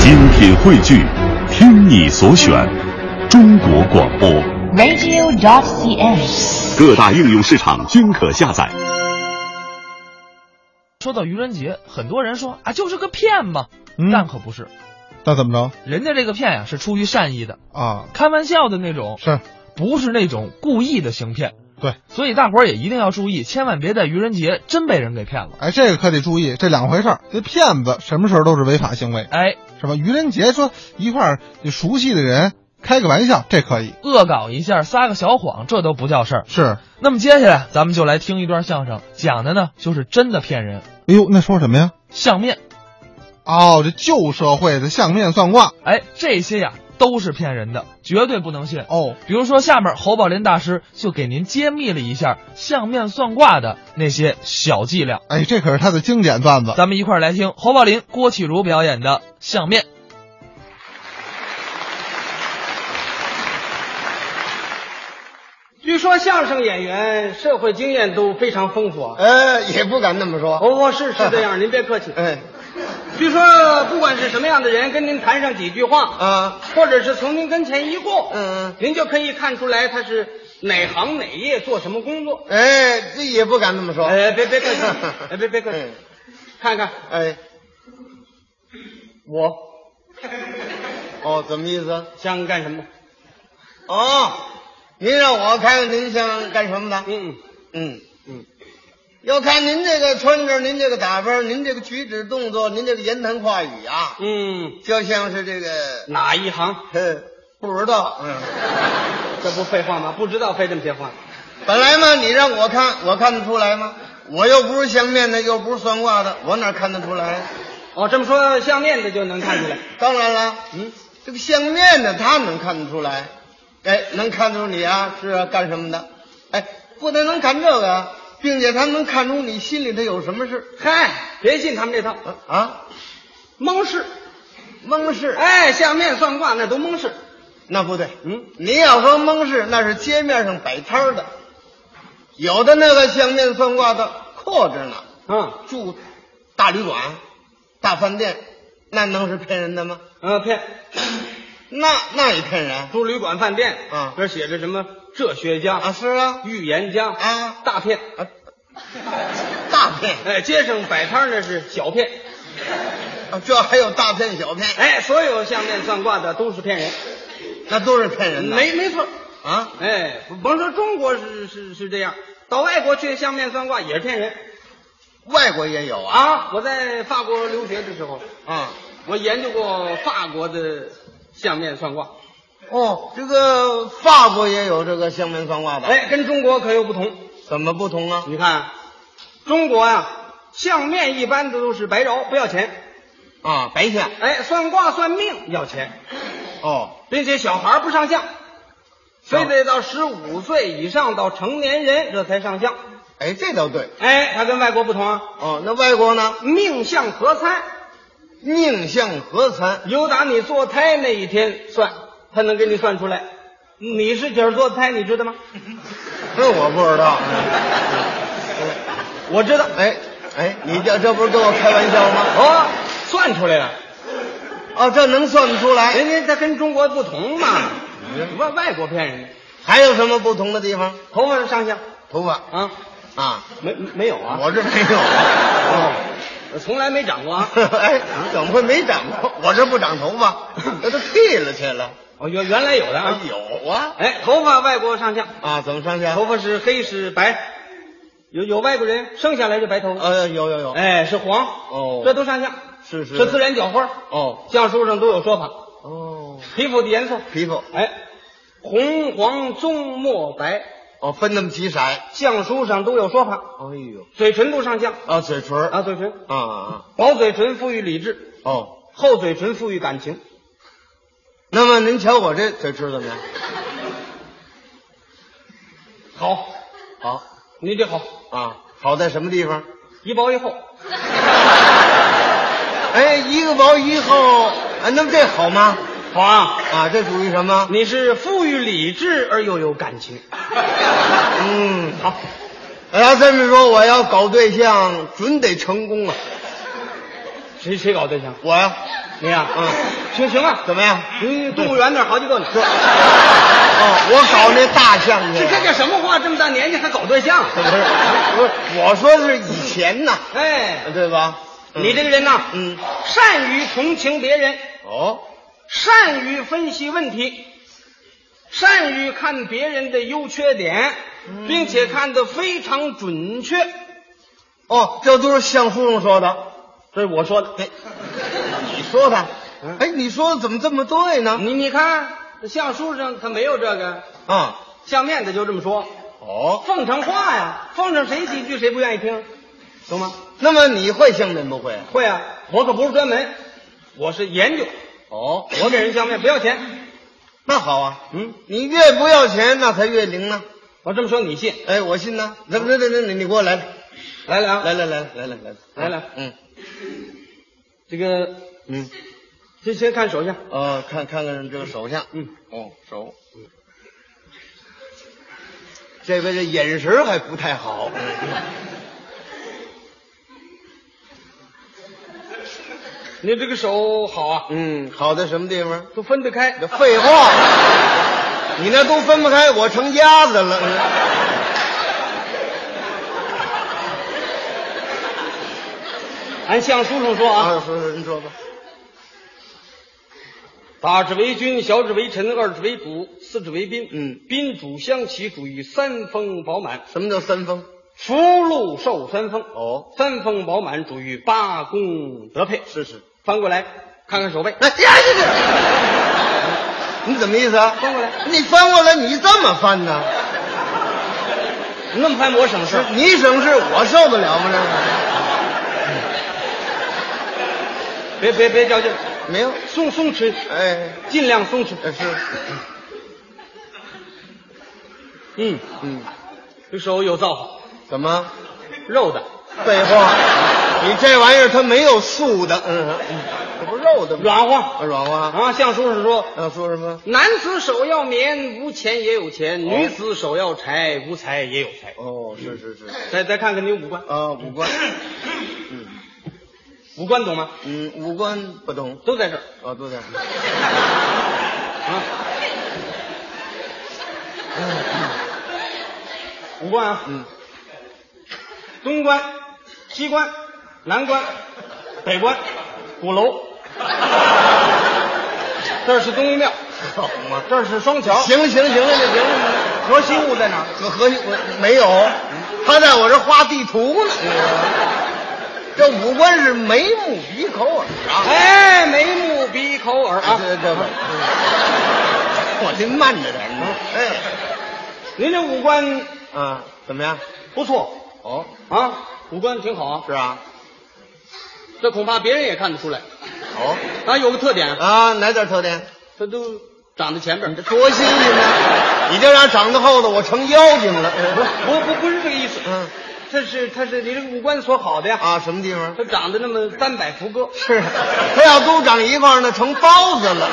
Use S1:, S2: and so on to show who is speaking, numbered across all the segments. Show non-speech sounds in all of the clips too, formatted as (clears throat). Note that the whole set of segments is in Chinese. S1: 精品汇聚，听你所选，中国广播。
S2: radio.cn。
S1: 各大应用市场均可下载。
S3: 说到愚人节，很多人说啊，就是个骗嘛，
S4: 嗯
S3: 但可不是，
S4: 那怎么着
S3: 人家这个骗呀、是出于善意的，
S4: 啊？
S3: 开玩笑的那种，
S4: 是，
S3: 不是那种故意的行骗。
S4: 对，
S3: 所以大伙儿也一定要注意，千万别在愚人节真被人给骗了。
S4: 哎，这个可得注意，这两回事儿。这骗子什么时候都是违法行为，
S3: 哎，
S4: 是吧？愚人节说一块儿你熟悉的人开个玩笑，这可以
S3: 恶搞一下，撒个小谎，这都不叫事儿。
S4: 是。
S3: 那么接下来咱们就来听一段相声，讲的呢就是真的骗人，
S4: 哎呦，那说什么呀？
S3: 相面。
S4: 哦，这旧社会的相面算卦
S3: 哎，这些呀都是骗人的，绝对不能信。
S4: 哦，
S3: 比如说，下面侯宝林大师就给您揭秘了一下相面算卦的那些小伎俩，
S4: 哎，这可是他的经典段子。
S3: 咱们一块儿来听侯宝林、郭启儒表演的相面。
S5: 据说相声演员社会经验都非常丰富啊。
S6: 呃，也不敢那么说。
S5: 哦，是是这
S6: (laughs)
S5: 样，您别客气。
S6: 哎，
S5: 据说不管是什么样的人，跟您谈上几句话，
S6: 啊，
S5: 或者是从您跟前一过，
S6: 嗯嗯
S5: 您就可以看出来他是哪行哪业做什么工作。
S6: 哎，这也不敢那么说。
S5: 哎，别别客
S6: (laughs)
S5: 气，哎，别别客
S6: 嗯
S5: 气，看看
S6: 哎，
S5: 我
S6: 哦，怎么意思？
S5: 想干什么？
S6: 哦，您让我看看您想干什么的？
S5: 嗯，嗯
S6: 嗯嗯，要看您这个穿着，您这个打扮，您这个举止动作，您这个言谈话语啊，
S5: 嗯，
S6: 就像是这个，
S5: 哪一行？
S6: 呃，不知道。嗯，
S5: 这不废话吗？不知道非这么些话。
S6: 本来嘛，你让我看，我看得出来吗？我又不是相面的，又不是算卦的，我哪看得出来？
S5: 哦，这么说相面的就能看出来。
S6: 当然了，嗯，这个相面的他能看得出来，哎，能看出你啊是啊干什么的，哎，不但能看这个啊，并且他能看出你心里头有什么事
S5: 嗨，别信他们这套，
S6: 啊啊，
S5: 蒙事。
S6: 蒙氏，哎，
S5: 哎，相面算卦那都蒙事。
S6: 那不对，
S5: 嗯，
S6: 你要说蒙氏，那是街面上摆摊儿的，有的那个相面算卦的阔着呢，
S5: 啊，
S6: 住大旅馆、大饭店，那能是骗人的吗？
S5: 呃，骗
S6: 那那也骗人
S5: 住旅馆饭店
S6: 啊
S5: 那写着什么哲学家
S6: 啊，、是啊，
S5: 预言家
S6: 啊
S5: 大骗。
S6: 啊，大骗。
S5: 哎，街上摆摊儿那是小骗。
S6: 啊，这还有大骗小骗，
S5: 哎，所有相面算卦的都是骗人，
S6: 那都是骗人的。
S5: 没没错。
S6: 啊，
S5: 哎，甭说中国是是是这样，到外国去相面算卦也是骗人
S6: 外国也有啊
S5: 啊！我在法国留学的时候，
S6: 啊
S5: 我研究过法国的相面算卦，
S6: 哦，这个法国也有这个相面算卦的，，
S5: 哎，跟中国可又不同。
S6: 怎么不同啊？
S5: 你看，中国呀、相面一般的都是白饶，不要钱。
S6: 啊，白相
S5: 哎，算卦算命要钱，
S6: 哦，
S5: 并且小孩不上相，非得到十五岁以上到成年人这才上相。
S6: 哎，这倒对
S5: 哎，它跟外国不同啊，
S6: 哦。那外国呢？
S5: 命相合参，
S6: 命相合参，
S5: 由打你坐胎那一天算，他能给你算出来。你是几儿坐胎，你知道吗？
S6: 这我不知道。
S5: 我知道。
S6: 哎哎，你这这不是跟我开玩笑吗？
S5: 哦，算出来了。
S6: 哦，这能算得出来。
S5: 人家他跟中国不同嘛，外外国骗人，
S6: 还有什么不同的地方？
S5: 头发上相
S6: 头发
S5: 啊。
S6: 啊，
S5: 没没有啊？
S6: 我这没有。哦！
S5: 我从来没长过啊
S6: (laughs) 哎，怎么会没长过？我这不长头发，那都剃了去了。
S5: 哦，原原来有的啊
S6: 啊，。有啊，
S5: 哎，头发外国上相，
S6: 啊，怎么上去啊？
S5: 头发是黑是白，有有外国人生下来就白头发，
S6: 呃，有有有，
S5: 哎是黄，
S6: 哦
S5: 这都上相，
S6: 是是
S5: 是自然角花，
S6: 哦
S5: 相书上都有说法，
S6: 哦，
S5: 皮肤的颜色，
S6: 皮肤
S5: 哎，红黄棕墨白，
S6: 哦分那么几色，哎
S5: 相书上都有说法，
S6: 呦，
S5: 嘴唇都上相
S6: 啊嘴唇儿
S5: 啊，嘴唇，
S6: 啊啊
S5: 薄嘴唇富于理智，
S6: 哦，
S5: 厚嘴唇富于感情，
S6: 那么您瞧我这嘴唇怎么样？
S5: 好，
S6: 好
S5: 你这好，
S6: 啊，好在什么地方？
S5: 一薄一厚，
S6: 哎，一个薄一厚，啊，那么这好吗？
S5: 好啊。
S6: 啊，这属于什么？
S5: 你是富于理智而又有感
S6: (laughs)
S5: 情。
S6: 嗯，哎
S5: 好，
S6: 要这么说，我要搞对象准得成功啊。
S5: 谁谁搞对象？
S6: 我呀，
S5: 你呀，嗯，行行啊，
S6: 怎么样？
S5: 你动物园那儿好几个呢。
S6: 哦，我搞那大象去
S5: 这
S6: 了。
S5: 这叫什么话？这么大年纪还搞对象？
S6: 不是，不是，我说是以前呐，
S5: 哎，
S6: 对吧？
S5: 你这个人呐，
S6: 嗯，
S5: 善于同情别人，
S6: 哦，
S5: 善于分析问题，善于看别人的优缺点，并且看得非常准确。
S6: 哦，这都是相夫人说的，这是我说的。哎，你说的？哎，你说的怎么这么对呢？
S5: 嗯你你看，相书上他没有这个，
S6: 啊，
S5: 相面的就这么说，
S6: 哦，
S5: 奉承话呀，奉承谁几句谁不愿意听，懂吗？
S6: 那么你会相面不会？
S5: 会啊，我可不是专门，我是研究，
S6: 哦，
S5: 我给人相面不要钱。
S6: 那好啊，
S5: 嗯，
S6: 你越不要钱，那才越灵呢。
S5: 我这么说你信？
S6: 哎，我信呐。那那那那，你你给我来
S5: 来
S6: 来
S5: 来啊，
S6: 来来来来来来
S5: 来来
S6: 嗯
S5: 这个
S6: 嗯，
S5: 先先看手相，
S6: 哦，看看看这个手相，嗯，哦，手，这位这眼神还不太好，
S5: 你这个手好啊，
S6: 嗯，好在什么地方？
S5: 都分得开
S6: 这。废话，你那都分不开，我成鸭子了。
S5: 按相书上说啊，
S6: 啊，说说您说吧，
S5: 大指为君，小指为臣，二指为主，四指为宾。
S6: 嗯，
S5: 宾主相齐，主于三丰饱满。
S6: 什么叫三丰？
S5: 福禄寿三丰，
S6: 哦，
S5: 三丰饱满，主于八功德配。
S6: 是是，
S5: 翻过来看看手背，
S6: 哎呀呀呀！你怎么意思啊？
S5: 翻过来，
S6: 你翻过来，你这么翻呢？
S5: 你那么翻我省事。
S6: 你省事，我受得了吗？
S5: 别
S6: 这
S5: 别别较劲，
S6: 个没有，
S5: 松松弛，
S6: 哎，
S5: 尽量松弛。
S6: 呃是，
S5: 嗯，
S6: 嗯，
S5: 这手有造化，
S6: 怎么？
S5: 肉的，
S6: 废话，你这玩意儿它没有素的，嗯，这不是肉的吗？
S5: 软
S6: 啊
S5: 和。
S6: 软花。
S5: 啊，相书上说，
S6: 啊，说什么？
S5: 男子手要棉，无钱也有钱；女子手要柴，无财也有财。
S6: 哦，是是是，
S5: 再再看看你五官，
S6: 啊，五官，
S5: 五官懂吗？
S6: 嗯，五官不懂，
S5: 都在这儿
S6: 啊，都在。
S5: 啊。五官啊，
S6: 嗯，
S5: 东关、西关、南关、北关、鼓楼， (laughs) 这是东宫庙，
S6: 好嘛，
S5: 这是双桥，
S6: 行行行了，这行了，
S5: 河西路在哪儿？
S6: 和和我没有，他在我这画地图呢。这五官是眉目鼻口耳啊。
S5: 哎，眉目鼻口耳啊！
S6: 这这不， (laughs) 我这慢着点儿。哎，
S5: 您这五官
S6: 啊，怎么样？
S5: 不错
S6: 哦，
S5: 啊，五官挺好啊，
S6: 是啊，
S5: 这恐怕别人也看得出来。
S6: 哦，
S5: 啊，有个特点，
S6: 啊，哪点特点？
S5: 他都长在前边儿。
S6: 多新鲜啊呢！你这俩长得厚的，我成妖精了。
S5: 不是，不不不是这个意思，
S6: 嗯，
S5: 这是他是你这个五官所好的呀，
S6: 啊，什么地方？
S5: 他长得那么单摆福哥，
S6: 是，他要都长一块儿呢，成包子了。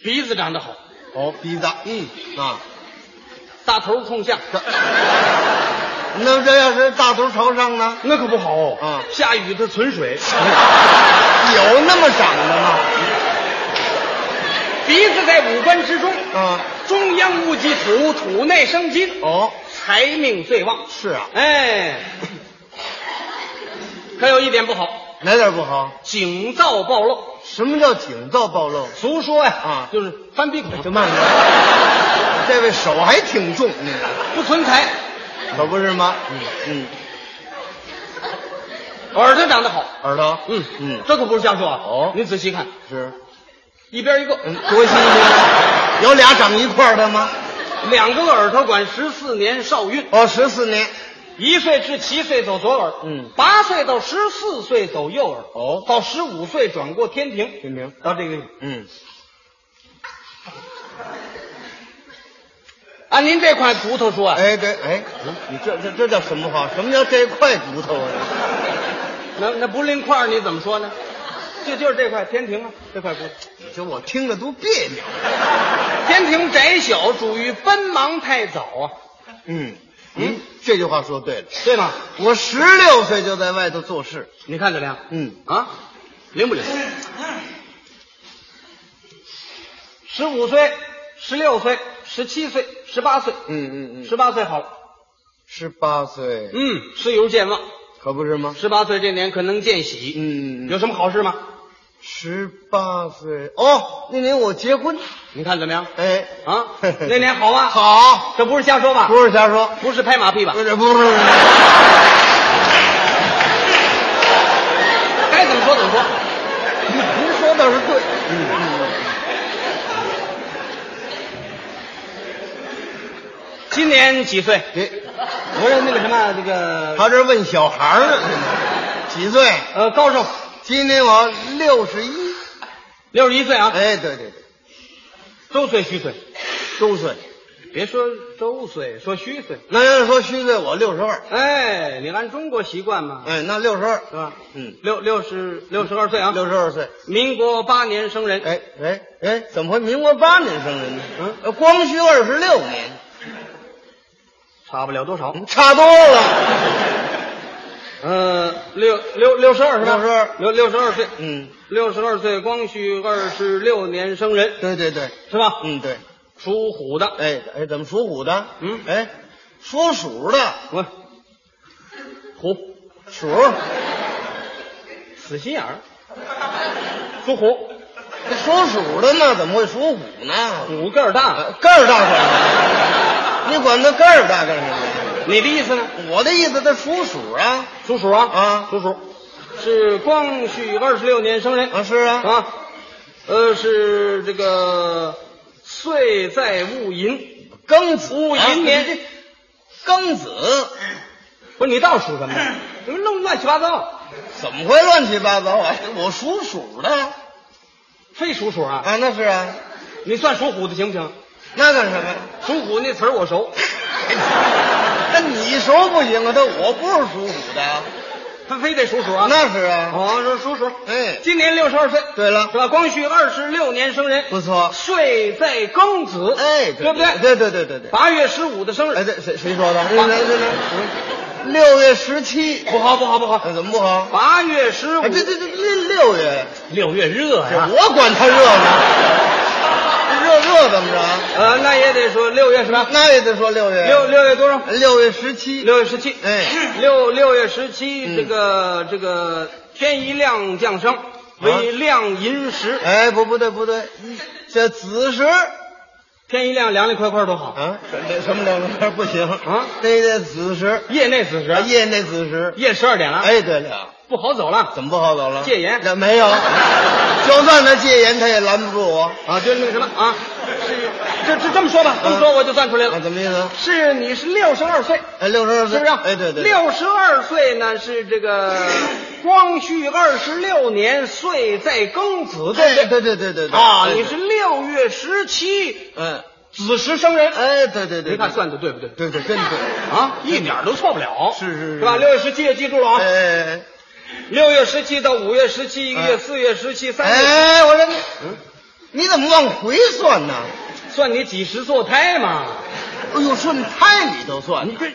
S5: 鼻子长得好，
S6: 哦，鼻子，嗯啊，
S5: 大头冲下，
S6: 那么这要是大头朝上呢？
S5: 那可不好哦
S6: 啊
S5: 下雨它存水，
S6: 有那么长的吗？
S5: 鼻子在五官之中，
S6: 啊，
S5: 中央戊己土，土内生金，
S6: 哦，
S5: 财命最旺。
S6: 是啊，
S5: 哎，可有一点不好，
S6: 哪点不好？
S5: 井灶暴露。
S6: 什么叫井灶暴露？
S5: 俗说呀，
S6: 啊
S5: 就是翻鼻孔，
S6: 就慢点， (laughs) 这位手还挺重，那个
S5: 不存财。
S6: 可不是吗？嗯嗯，
S5: 耳朵长得好，
S6: 耳朵，
S5: 嗯
S6: 嗯，
S5: 这可不是瞎说啊。
S6: 哦
S5: 您仔细看，
S6: 是，
S5: 一边一个，
S6: 嗯，多新鲜啊！有俩长一块儿的吗？
S5: 两个耳朵管十四年少运，
S6: 哦，十四年，
S5: 一岁至七岁走左耳，
S6: 嗯
S5: 八岁到十四岁走右耳，
S6: 哦
S5: 到十五岁转过天庭，
S6: 天庭
S5: 到这个，
S6: 嗯，
S5: 按啊您这块骨头说啊，
S6: 哎对，哎，你这这这叫什么话？什么叫这块骨头啊？
S5: 那那不拎块儿你怎么说呢？就就是这块天庭啊，这块不是。
S6: 这我听着都别扭。
S5: 天庭窄小，属于奔忙太早啊，
S6: 嗯嗯，这句话说对了。
S5: 对吗？
S6: 我十六岁就在外头做事，
S5: 你看怎么样？
S6: 嗯
S5: 啊，灵不灵？十五岁、十六岁、十七岁、十八岁，
S6: 嗯嗯嗯，
S5: 十八岁好了，
S6: 十八岁，
S5: 嗯，蚩尤健忘，
S6: 可不是吗？
S5: 十八岁这年可能见喜，
S6: 嗯，
S5: 有什么好事吗？
S6: 十八岁哦，那年我结婚，
S5: 你看怎么样？
S6: 哎
S5: 啊，
S6: (laughs)
S5: (laughs) 那年好吗？，
S6: 好，
S5: 这不是瞎说吧？
S6: 不是瞎说，
S5: 不是拍马屁吧
S6: 不？是不是，
S5: 该怎么说怎么嗯说。
S6: 您说倒是对，
S5: 嗯今年几岁？
S6: 给
S5: 我是那个什么，这个
S6: 他这问小孩儿呢，几岁？
S5: 呃高寿，
S6: 今年我六十一，
S5: 六十一岁啊，
S6: 哎，对对对，
S5: 周岁虚岁。
S6: 周岁。
S5: 别说周岁，说虚岁。
S6: 那要是说虚岁，我六十二，
S5: 哎，你按中国习惯嘛，
S6: 哎，那六十二
S5: 是吧？
S6: 嗯，
S5: 六六十六十二岁啊，
S6: 六十二岁。
S5: 民国八年生人。
S6: 哎哎哎，怎么会民国八年生人呢？嗯，光绪二十六年，
S5: 差不了多少。
S6: 差多了。
S5: 呃，六六六十二是吧？
S6: 62
S5: 六六十二岁，
S6: 嗯，
S5: 六十二岁，光绪二十六年生人，
S6: 对对对，
S5: 是吧？
S6: 嗯对。
S5: 属虎的。
S6: 哎哎，怎么属虎的？
S5: 嗯
S6: 哎，说鼠的
S5: 我虎，
S6: 鼠，
S5: 死心眼儿，属虎，
S6: 那说鼠的呢，怎么会属虎呢？
S5: 虎啊个儿
S6: 呃
S5: 大。
S6: 个儿大管什么？你管他个儿大干什么？
S5: 呃你的意思呢？
S6: 我的意思，他属鼠啊
S5: 属鼠啊？
S6: 啊
S5: 属鼠，是光绪二十六年生人。
S6: 啊是啊，
S5: 啊，呃，是这个岁在戊寅，
S6: 庚子
S5: 戊
S6: 啊
S5: 寅
S6: 你
S5: 年
S6: 这。庚子
S5: 不是你倒数什么 (clears throat) 呀？怎么弄乱七八糟？
S6: 怎么会乱七八糟啊？我属鼠的啊，
S5: 非属鼠啊？
S6: 那是啊，
S5: 你算属虎的行不行？
S6: 那干什么？
S5: 属虎那词儿我熟，
S6: 那你熟不行啊，但我不是属虎的啊，
S5: 非非得属鼠啊？
S6: 那是啊。
S5: 哦，说属鼠，
S6: 哎
S5: 今年六十二岁，
S6: 对了
S5: 是，吧？光绪二十六年生人，
S6: 不错。
S5: 岁在庚子，
S6: 哎，
S5: 对不对？
S6: 对对对对对。
S5: 八月十五的生
S6: 哎，
S5: 日，
S6: 这谁谁说的？来来来，六月十七，
S5: 不好不好不好，
S6: 哎怎么不好？
S5: 八月十五
S6: 哎，，这这这六六月，
S5: 六月热
S6: 这我管他热呢，热热怎么着？
S5: 呃，那也得说六月什么？
S6: 那也得说六月
S5: 六六月多少？
S6: 六月十七，
S5: 六月十七，
S6: 哎，
S5: 六六月十七，
S6: 嗯
S5: 这个这个天一亮降生
S6: 啊
S5: 为亮寅时，
S6: 哎，不不对不对，这子时
S5: 天一亮凉凉快快多好。
S6: 啊，这什么两个不行
S5: 啊
S6: 那得子时，啊
S5: 夜内子时，
S6: 夜那子时，
S5: 夜十二点了，，
S6: 哎，对了，
S5: 不好走了
S6: 怎么不好走了？
S5: 戒严
S6: 那
S5: (laughs)
S6: 没有，就算他戒严，他也拦不住我。
S5: 啊！就那个什么啊，是这这这么说吧，这么说我就算出来
S6: 哎啊，
S5: 了，
S6: 怎么意思？
S5: 是你是六十二岁，
S6: 哎，六十二
S5: 是
S6: 岁，
S5: 不是？
S6: 哎，对对，对，
S5: 六十二岁呢是这 (coughs) 个光绪二十六年岁在庚子，
S6: 对
S5: 哎对不
S6: 对对对对对
S5: 啊，
S6: 对
S5: 你
S6: 对
S5: 是六月十七
S6: 嗯，
S5: 子时生人，
S6: 哎，对对对，
S5: 你看
S6: 对
S5: 算的对不对？
S6: 对对真对，
S5: 啊，一点儿都错不了。
S6: 是是是
S5: 是吧？六月十七也记住了啊，
S6: 哎
S5: 六月十七到五月十七，一个月
S6: 哎
S5: 四月十七，
S6: 哎
S5: 三嗯月十
S6: 哎，我说你，你怎么往回算呢？
S5: 七，算你几十坐胎嘛？
S6: 哎呦，顺胎里头算，
S5: 你这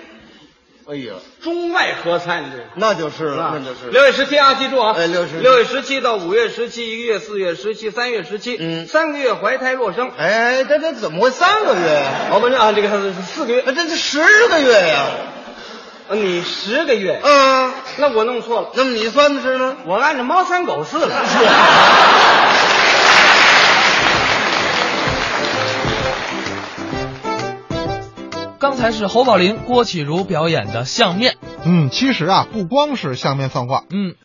S6: 哎呦，
S5: 中外合参你这。
S6: 那就是
S5: 是吧
S6: 了，那就是了，
S5: 六月十七啊，记住啊！
S6: 哎六月17
S5: 六月十七到五月十七，一个月四月十七，三月十七，
S6: 嗯
S5: 三个月怀胎若生。
S6: 哎，这这怎么会三个月呀？
S5: 我们这啊，这个四个月，
S6: 那这这十个月呀？
S5: 呃你十个月，
S6: 啊，
S5: 那我弄错了，
S6: 那么你算的是呢？
S5: 我按照猫三狗四
S6: (laughs)
S5: 了。
S3: 刚才是侯宝林、郭启儒表演的相面。
S4: 嗯，其实啊，不光是相面算卦，
S3: 嗯，